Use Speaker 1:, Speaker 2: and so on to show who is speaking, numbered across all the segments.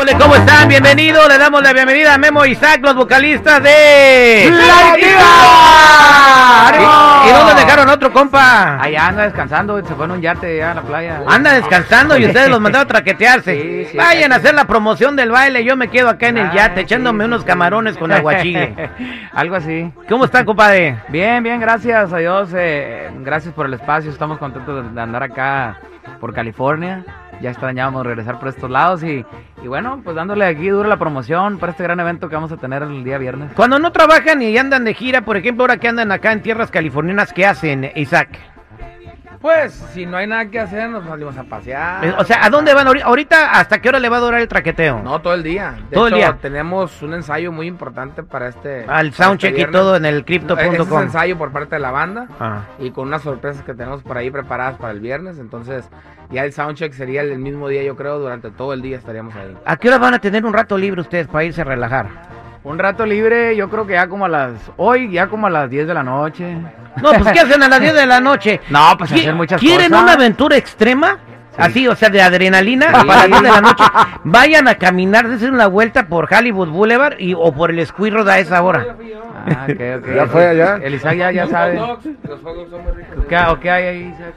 Speaker 1: Ole, ¿cómo están? Bienvenidos. Le damos la bienvenida a Memo Isaac, los vocalistas de...
Speaker 2: ¡La Activa! ¡Ánimo!
Speaker 1: ¿Y, y dónde dejaron otro compa?
Speaker 2: Allá anda descansando, se fue en un yate allá a la playa.
Speaker 1: Anda descansando y ustedes los mandaron a traquetearse.
Speaker 2: Sí, sí,
Speaker 1: Vayan a
Speaker 2: sí.
Speaker 1: hacer la promoción del baile. Yo me quedo acá en el
Speaker 2: Ay,
Speaker 1: yate
Speaker 2: Ah, sí,
Speaker 1: echándome
Speaker 2: sí.
Speaker 1: unos camarones con aguachile.
Speaker 2: Algo así.
Speaker 1: ¿Cómo están, compadre?
Speaker 2: Bien, bien, gracias a Dios. eh, gracias por el espacio. Estamos contentos de- de andar acá por California. Ya extrañábamos regresar por estos lados y, y bueno, pues dándole aquí dura la promoción para este gran evento que vamos a tener el día viernes.
Speaker 1: Cuando no trabajan y andan de gira, por ejemplo, ahora que andan acá en tierras californianas, ¿qué hacen, Isaac?
Speaker 3: Pues, si no hay nada que hacer, nos salimos a pasear.
Speaker 1: Eh, O sea, ¿a dónde van ahori- ahorita? ¿Hasta qué hora le va a durar el traqueteo?
Speaker 3: No, todo el día. De
Speaker 1: Todo el
Speaker 3: hecho,
Speaker 1: día.
Speaker 3: tenemos un ensayo muy importante para este.
Speaker 1: Al
Speaker 3: para
Speaker 1: soundcheck
Speaker 3: este
Speaker 1: y todo en el
Speaker 3: viernes. E- ese es
Speaker 1: crypto.com.
Speaker 3: ensayo por parte de la banda
Speaker 1: Ah.
Speaker 3: y con unas sorpresas que tenemos por ahí preparadas para el viernes. Entonces, ya el soundcheck sería el mismo día, yo creo, durante todo el día estaríamos ahí.
Speaker 1: ¿A qué hora van a tener un rato libre ustedes para irse a relajar?
Speaker 2: Un rato libre, yo creo que ya como a las. Hoy, ya como a las 10 de la noche.
Speaker 1: No, pues ¿qué hacen a las 10 de la noche?
Speaker 2: No, pues
Speaker 1: ¿Qui-
Speaker 2: hacer muchas
Speaker 1: ¿Quieren
Speaker 2: cosas.
Speaker 1: una aventura extrema? Así, o sea, de adrenalina
Speaker 2: Sí.
Speaker 1: para las 10 de la noche. Vayan a caminar, dense una vuelta por Hollywood Boulevard y, o por el Squirrel a esa hora.
Speaker 2: Ah, ok, ok.
Speaker 4: Ya fue allá.
Speaker 2: El Isaac ya, ya sabe.
Speaker 3: Los juegos son muy ricos. ¿eh?
Speaker 2: ¿Qué, o qué hay ahí, Isaac?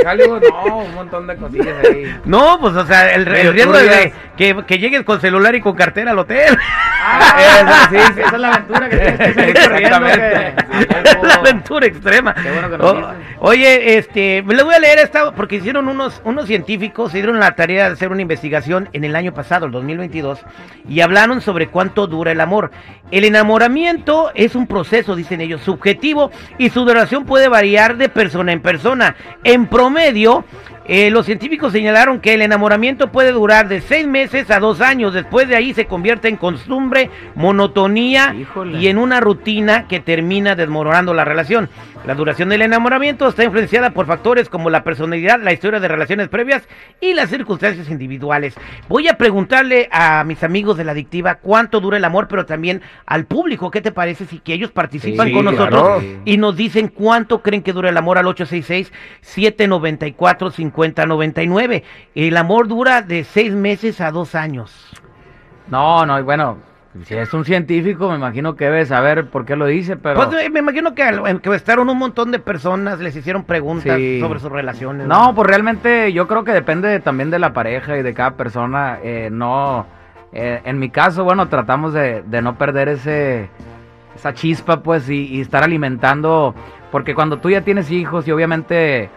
Speaker 3: En Hollywood, no, un montón de cosillas ahí.
Speaker 1: No, pues, o sea, el, el
Speaker 3: Medio
Speaker 1: riesgo es de
Speaker 3: turbias.
Speaker 1: que, que llegues con celular y con cartera al hotel.
Speaker 2: Ah, sí, sí, esa es la aventura que tienes que salir corriendo.
Speaker 3: Exactamente.
Speaker 1: la aventura extrema.
Speaker 2: Ah, Qué bueno que nos
Speaker 1: O-
Speaker 2: dices.
Speaker 1: oye, este, le voy a leer esta porque hicieron unos, unos científicos, se dieron la tarea de hacer una investigación en el año pasado, el 2022, y hablaron sobre cuánto dura el amor. El enamoramiento es un proceso, dicen ellos, subjetivo y su duración puede variar de persona en persona. En promedio, eh, los científicos señalaron que el enamoramiento puede durar de seis meses a dos años. Después de ahí se convierte en costumbre, monotonía
Speaker 2: Híjole.
Speaker 1: y en una rutina que termina desmoronando la relación. La duración del enamoramiento está influenciada por factores como la personalidad, la historia de relaciones previas y las circunstancias individuales. Voy a preguntarle a mis amigos de la adictiva cuánto dura el amor, pero también al público, ¿qué te parece si que ellos participan
Speaker 4: Sí,
Speaker 1: con nosotros
Speaker 4: claro.
Speaker 1: y nos dicen cuánto creen que dura el amor al 866-794-5099? El amor dura de seis meses a dos años.
Speaker 2: No, no, y bueno, si es un científico, me imagino que debe saber por qué lo dice, pero.
Speaker 1: Pues, eh, me imagino que al- encuestaron un montón de personas, les hicieron preguntas
Speaker 2: Sí.
Speaker 1: sobre sus relaciones.
Speaker 2: No, pues realmente yo creo que depende de- también de la pareja y de cada persona. eh, no, eh, en mi caso, bueno, tratamos de, de no perder ese esa chispa, pues, y, y estar alimentando, porque cuando tú ya tienes hijos y obviamente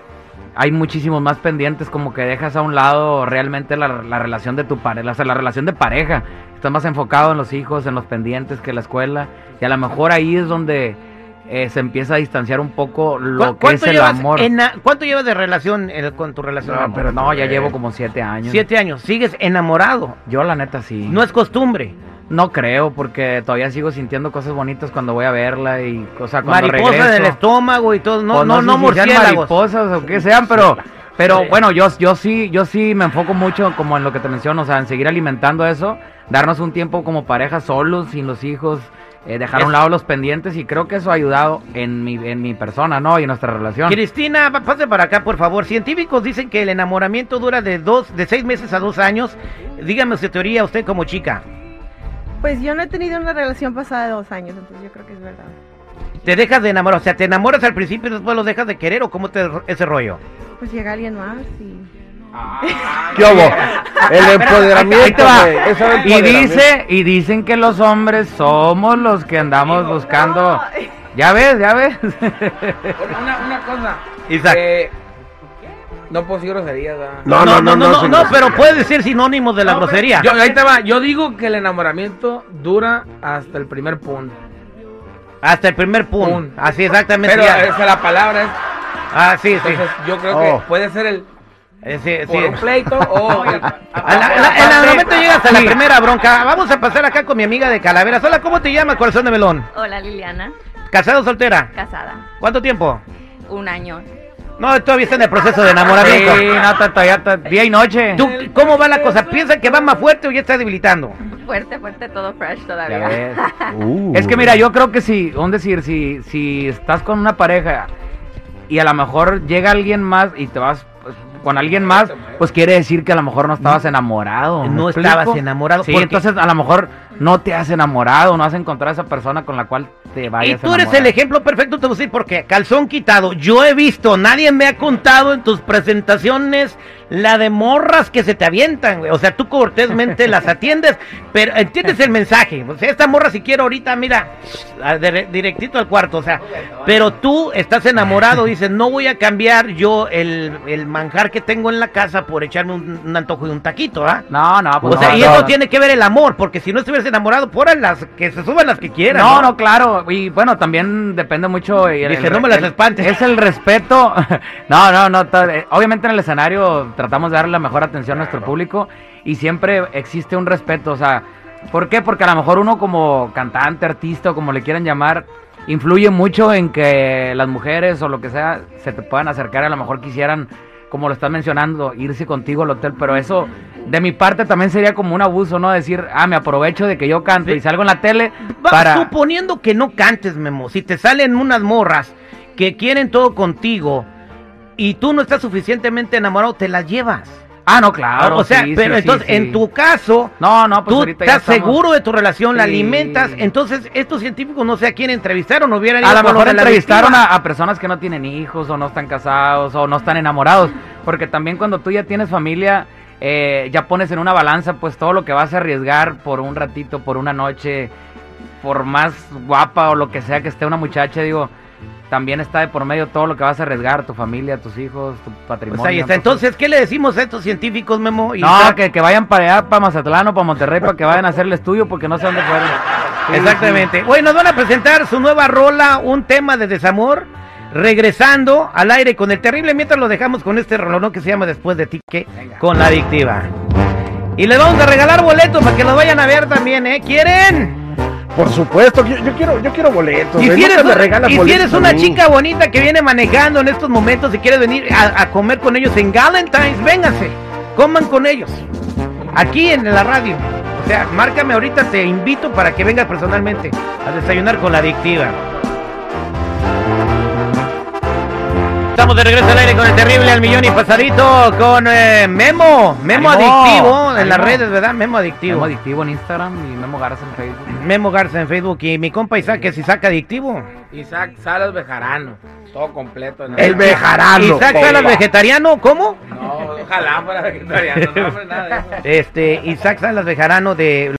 Speaker 2: hay muchísimos más pendientes, como que dejas a un lado realmente la, la relación de tu pareja, o sea, la relación de pareja. Estás más enfocado en los hijos, en los pendientes que la escuela, y a lo mejor ahí es donde eh, se empieza a distanciar un poco
Speaker 1: ¿Cu-
Speaker 2: pues, lo que es
Speaker 1: ¿Cuánto,
Speaker 2: el
Speaker 1: llevas
Speaker 2: amor.
Speaker 1: ena- ¿Cuánto llevas de relación eh, con tu relación? de
Speaker 2: No,
Speaker 1: amor?
Speaker 2: pero no, ya llevo como siete años.
Speaker 1: Siete años. ¿Sigues enamorado?
Speaker 2: Yo la neta sí.
Speaker 1: No es costumbre.
Speaker 2: No creo, porque todavía sigo sintiendo cosas bonitas cuando voy a verla y cosa cuando
Speaker 1: Mariposa
Speaker 2: regreso.
Speaker 1: del estómago y todo. No,
Speaker 2: O
Speaker 1: no, no,
Speaker 2: sé si sean
Speaker 1: murciélagos.
Speaker 2: mariposas o que sean, pero, pero bueno, yo, yo sí, yo sí me enfoco mucho como en lo que te menciono, o sea, en seguir alimentando eso, darnos un tiempo como pareja solos, sin los hijos, eh, dejar a un
Speaker 1: Es-
Speaker 2: lado los pendientes y creo que eso ha ayudado en mi, en mi persona, ¿no? Y en nuestra relación.
Speaker 1: Cristina, pa- pase para acá, por favor. Científicos dicen que el enamoramiento dura de dos, de seis meses a dos años. Dígame su teoría, usted como chica.
Speaker 5: Pues yo no he tenido una relación pasada de dos años, entonces yo creo que es verdad.
Speaker 1: ¿Te dejas de enamorar? O sea, ¿te enamoras al principio y después lo dejas de querer o cómo te ese rollo?
Speaker 5: Pues llega alguien más y...
Speaker 4: ¿Qué hubo? El
Speaker 2: Ahí te
Speaker 4: empoderamiento,
Speaker 2: va.
Speaker 4: güey. Eso era
Speaker 2: Y
Speaker 4: empoderamiento.
Speaker 2: dice, y dicen que los hombres somos los que andamos buscando. Ya ves, ya ves.
Speaker 3: Una, una cosa.
Speaker 1: Isaac.
Speaker 3: eh, no puedo decir groserías, ¿verdad?
Speaker 4: No, no, no, no.
Speaker 1: no,
Speaker 4: sí,
Speaker 1: no,
Speaker 4: no.
Speaker 1: pero puede decir sinónimo de la grosería.
Speaker 3: Yo, ahí te va. Yo digo que el enamoramiento dura hasta el primer punto.
Speaker 1: Hasta el primer pun.
Speaker 3: Pun.
Speaker 1: Así exactamente.
Speaker 3: Pero
Speaker 1: ya.
Speaker 3: o sea, la palabra es
Speaker 1: Ah, sí, sí.
Speaker 3: Entonces, yo creo
Speaker 4: Oh.
Speaker 3: que puede ser el
Speaker 1: Eh, sí, sí.
Speaker 3: por un pleito o el-
Speaker 1: A la- la- en el momento llega hasta la primera bronca. Vamos a pasar acá con mi amiga de Calaveras. Hola, ¿cómo te llamas, corazón de melón?
Speaker 6: Hola Liliana,
Speaker 1: ¿Casado o soltera?
Speaker 6: casada,
Speaker 1: ¿Cuánto tiempo?
Speaker 6: un año.
Speaker 1: No, todavía está en el proceso de enamoramiento.
Speaker 2: Sí, no, ta- todavía ta- día y noche.
Speaker 1: ¿Tú cómo va la cosa? ¿Piensa que va más fuerte o ya está debilitando?
Speaker 6: Fuerte, fuerte, todo fresh
Speaker 2: Ya
Speaker 6: todavía.
Speaker 2: ves.
Speaker 1: Uh.
Speaker 2: Es que mira, yo creo que si, un decir, si, si estás con una pareja y a lo mejor llega alguien más y te vas, pues, con alguien más, pues quiere decir que a lo mejor no estabas enamorado. ¿me
Speaker 1: Mm. No
Speaker 2: explico?
Speaker 1: estabas enamorado,
Speaker 2: Sí,
Speaker 1: porque-
Speaker 2: entonces a lo mejor no te has enamorado, no has encontrado esa persona con la cual te
Speaker 1: Y
Speaker 2: vayas
Speaker 1: tú eres
Speaker 2: a enamorar.
Speaker 1: el ejemplo perfecto, te voy a decir, porque calzón quitado, yo he visto, nadie me ha contado en tus presentaciones la de morras que se te avientan, güey. O sea, tú cortésmente las atiendes, pero entiendes el mensaje. O sea, esta morra si quiero ahorita, mira, a- dire- directito al cuarto, o sea, pero tú estás enamorado, dices, no voy a cambiar yo el, el manjar que tengo en la casa por echarme un, un antojo de un taquito, ¿ah?
Speaker 2: No, no, pues
Speaker 1: O sea,
Speaker 2: no,
Speaker 1: y
Speaker 2: no,
Speaker 1: eso
Speaker 2: no.
Speaker 1: tiene que ver el amor, porque si no estuvieras enamorado, por las que se suban las que quieran.
Speaker 2: No, no, claro. Y bueno, también depende mucho. y
Speaker 1: Dice, "No me las espantes".
Speaker 2: Es el respeto. No, no, no. to- eh, Obviamente en el escenario tratamos de darle la mejor atención a nuestro público y siempre existe un respeto. O sea, ¿por qué? Porque a lo mejor uno como cantante, artista o como le quieran llamar, influye mucho en que las mujeres o lo que sea se te puedan acercar. A lo mejor quisieran, como lo estás mencionando, irse contigo al hotel. Pero eso de mi parte también sería como un abuso, ¿no? Decir, ah, me aprovecho de que yo canto
Speaker 1: Sí.
Speaker 2: y salgo en la tele
Speaker 1: Va-
Speaker 2: para...
Speaker 1: Suponiendo que no cantes, Memo, si te salen unas morras que quieren todo contigo y tú no estás suficientemente enamorado, te las llevas.
Speaker 2: Ah, no, claro.
Speaker 1: o sea,
Speaker 2: sí,
Speaker 1: pero
Speaker 2: sí,
Speaker 1: entonces,
Speaker 2: sí, sí.
Speaker 1: en tu caso,
Speaker 2: No, no, pues
Speaker 1: tú
Speaker 2: ahorita ya
Speaker 1: estás
Speaker 2: estamos-
Speaker 1: seguro de tu relación, la
Speaker 2: Sí.
Speaker 1: alimentas. Entonces, estos científicos no sé a quién entrevistaron, hubieran
Speaker 2: A
Speaker 1: ido
Speaker 2: lo
Speaker 1: con
Speaker 2: mejor
Speaker 1: de la
Speaker 2: entrevistaron
Speaker 1: víctima.
Speaker 2: a, a personas que no tienen hijos o no están casados o no están enamorados. Porque también cuando tú ya tienes familia, eh, ya pones en una balanza pues todo lo que vas a arriesgar por un ratito, por una noche, por más guapa o lo que sea que esté una muchacha, digo, también está de por medio todo lo que vas a arriesgar, tu familia, tus hijos, tu
Speaker 1: Pues
Speaker 2: patrimonio.
Speaker 1: ahí está. Entonces, ¿qué le decimos a estos científicos, Memo? Y
Speaker 2: No,
Speaker 1: Isaac?
Speaker 2: que, que vayan para allá, para Mazatlán o para Monterrey, para que vayan a hacer el estudio porque no sé dónde fueron. Sí,
Speaker 1: Exactamente. Hoy nos van a presentar su nueva rola, un tema de desamor, regresando al aire con el terrible, mientras lo dejamos con este rolón que se llama Después de ti, que con la adictiva. Y les vamos a regalar boletos para que los vayan a ver también, ¿eh? ¿Quieren?
Speaker 4: Por supuesto, yo, yo quiero, yo quiero boletos.
Speaker 1: Y
Speaker 4: güey,
Speaker 1: si
Speaker 4: nunca
Speaker 1: eres,
Speaker 4: me
Speaker 1: un-
Speaker 4: regalan
Speaker 1: y si
Speaker 4: boletos
Speaker 1: eres
Speaker 4: a
Speaker 1: una
Speaker 4: mí.
Speaker 1: chica bonita que viene manejando en estos momentos y quieres venir a, a comer con ellos en Galentine's, vénganse, coman con ellos, aquí en la radio. O sea, márcame ahorita, te invito para que vengas personalmente a desayunar con la adictiva. Estamos de regreso al aire con el terrible al millón y pasadito con eh, Memo, Memo
Speaker 2: Ánimo,
Speaker 1: Adictivo en las
Speaker 2: ánimo.
Speaker 1: redes, ¿verdad? Memo Adictivo.
Speaker 2: Memo Adictivo en Instagram y Memo Garza en Facebook.
Speaker 1: Memo Garza en Facebook y mi compa Isaac que si saca adictivo.
Speaker 3: Isaac Salas Bejarano. Todo completo. ¿no?
Speaker 4: El bejarano.
Speaker 1: Isaac Salas
Speaker 4: compa.
Speaker 1: vegetariano, ¿cómo?
Speaker 3: No, ojalá fuera vegetariano. No, hombre, nada de eso.
Speaker 1: Este, Isaac Salas Bejarano de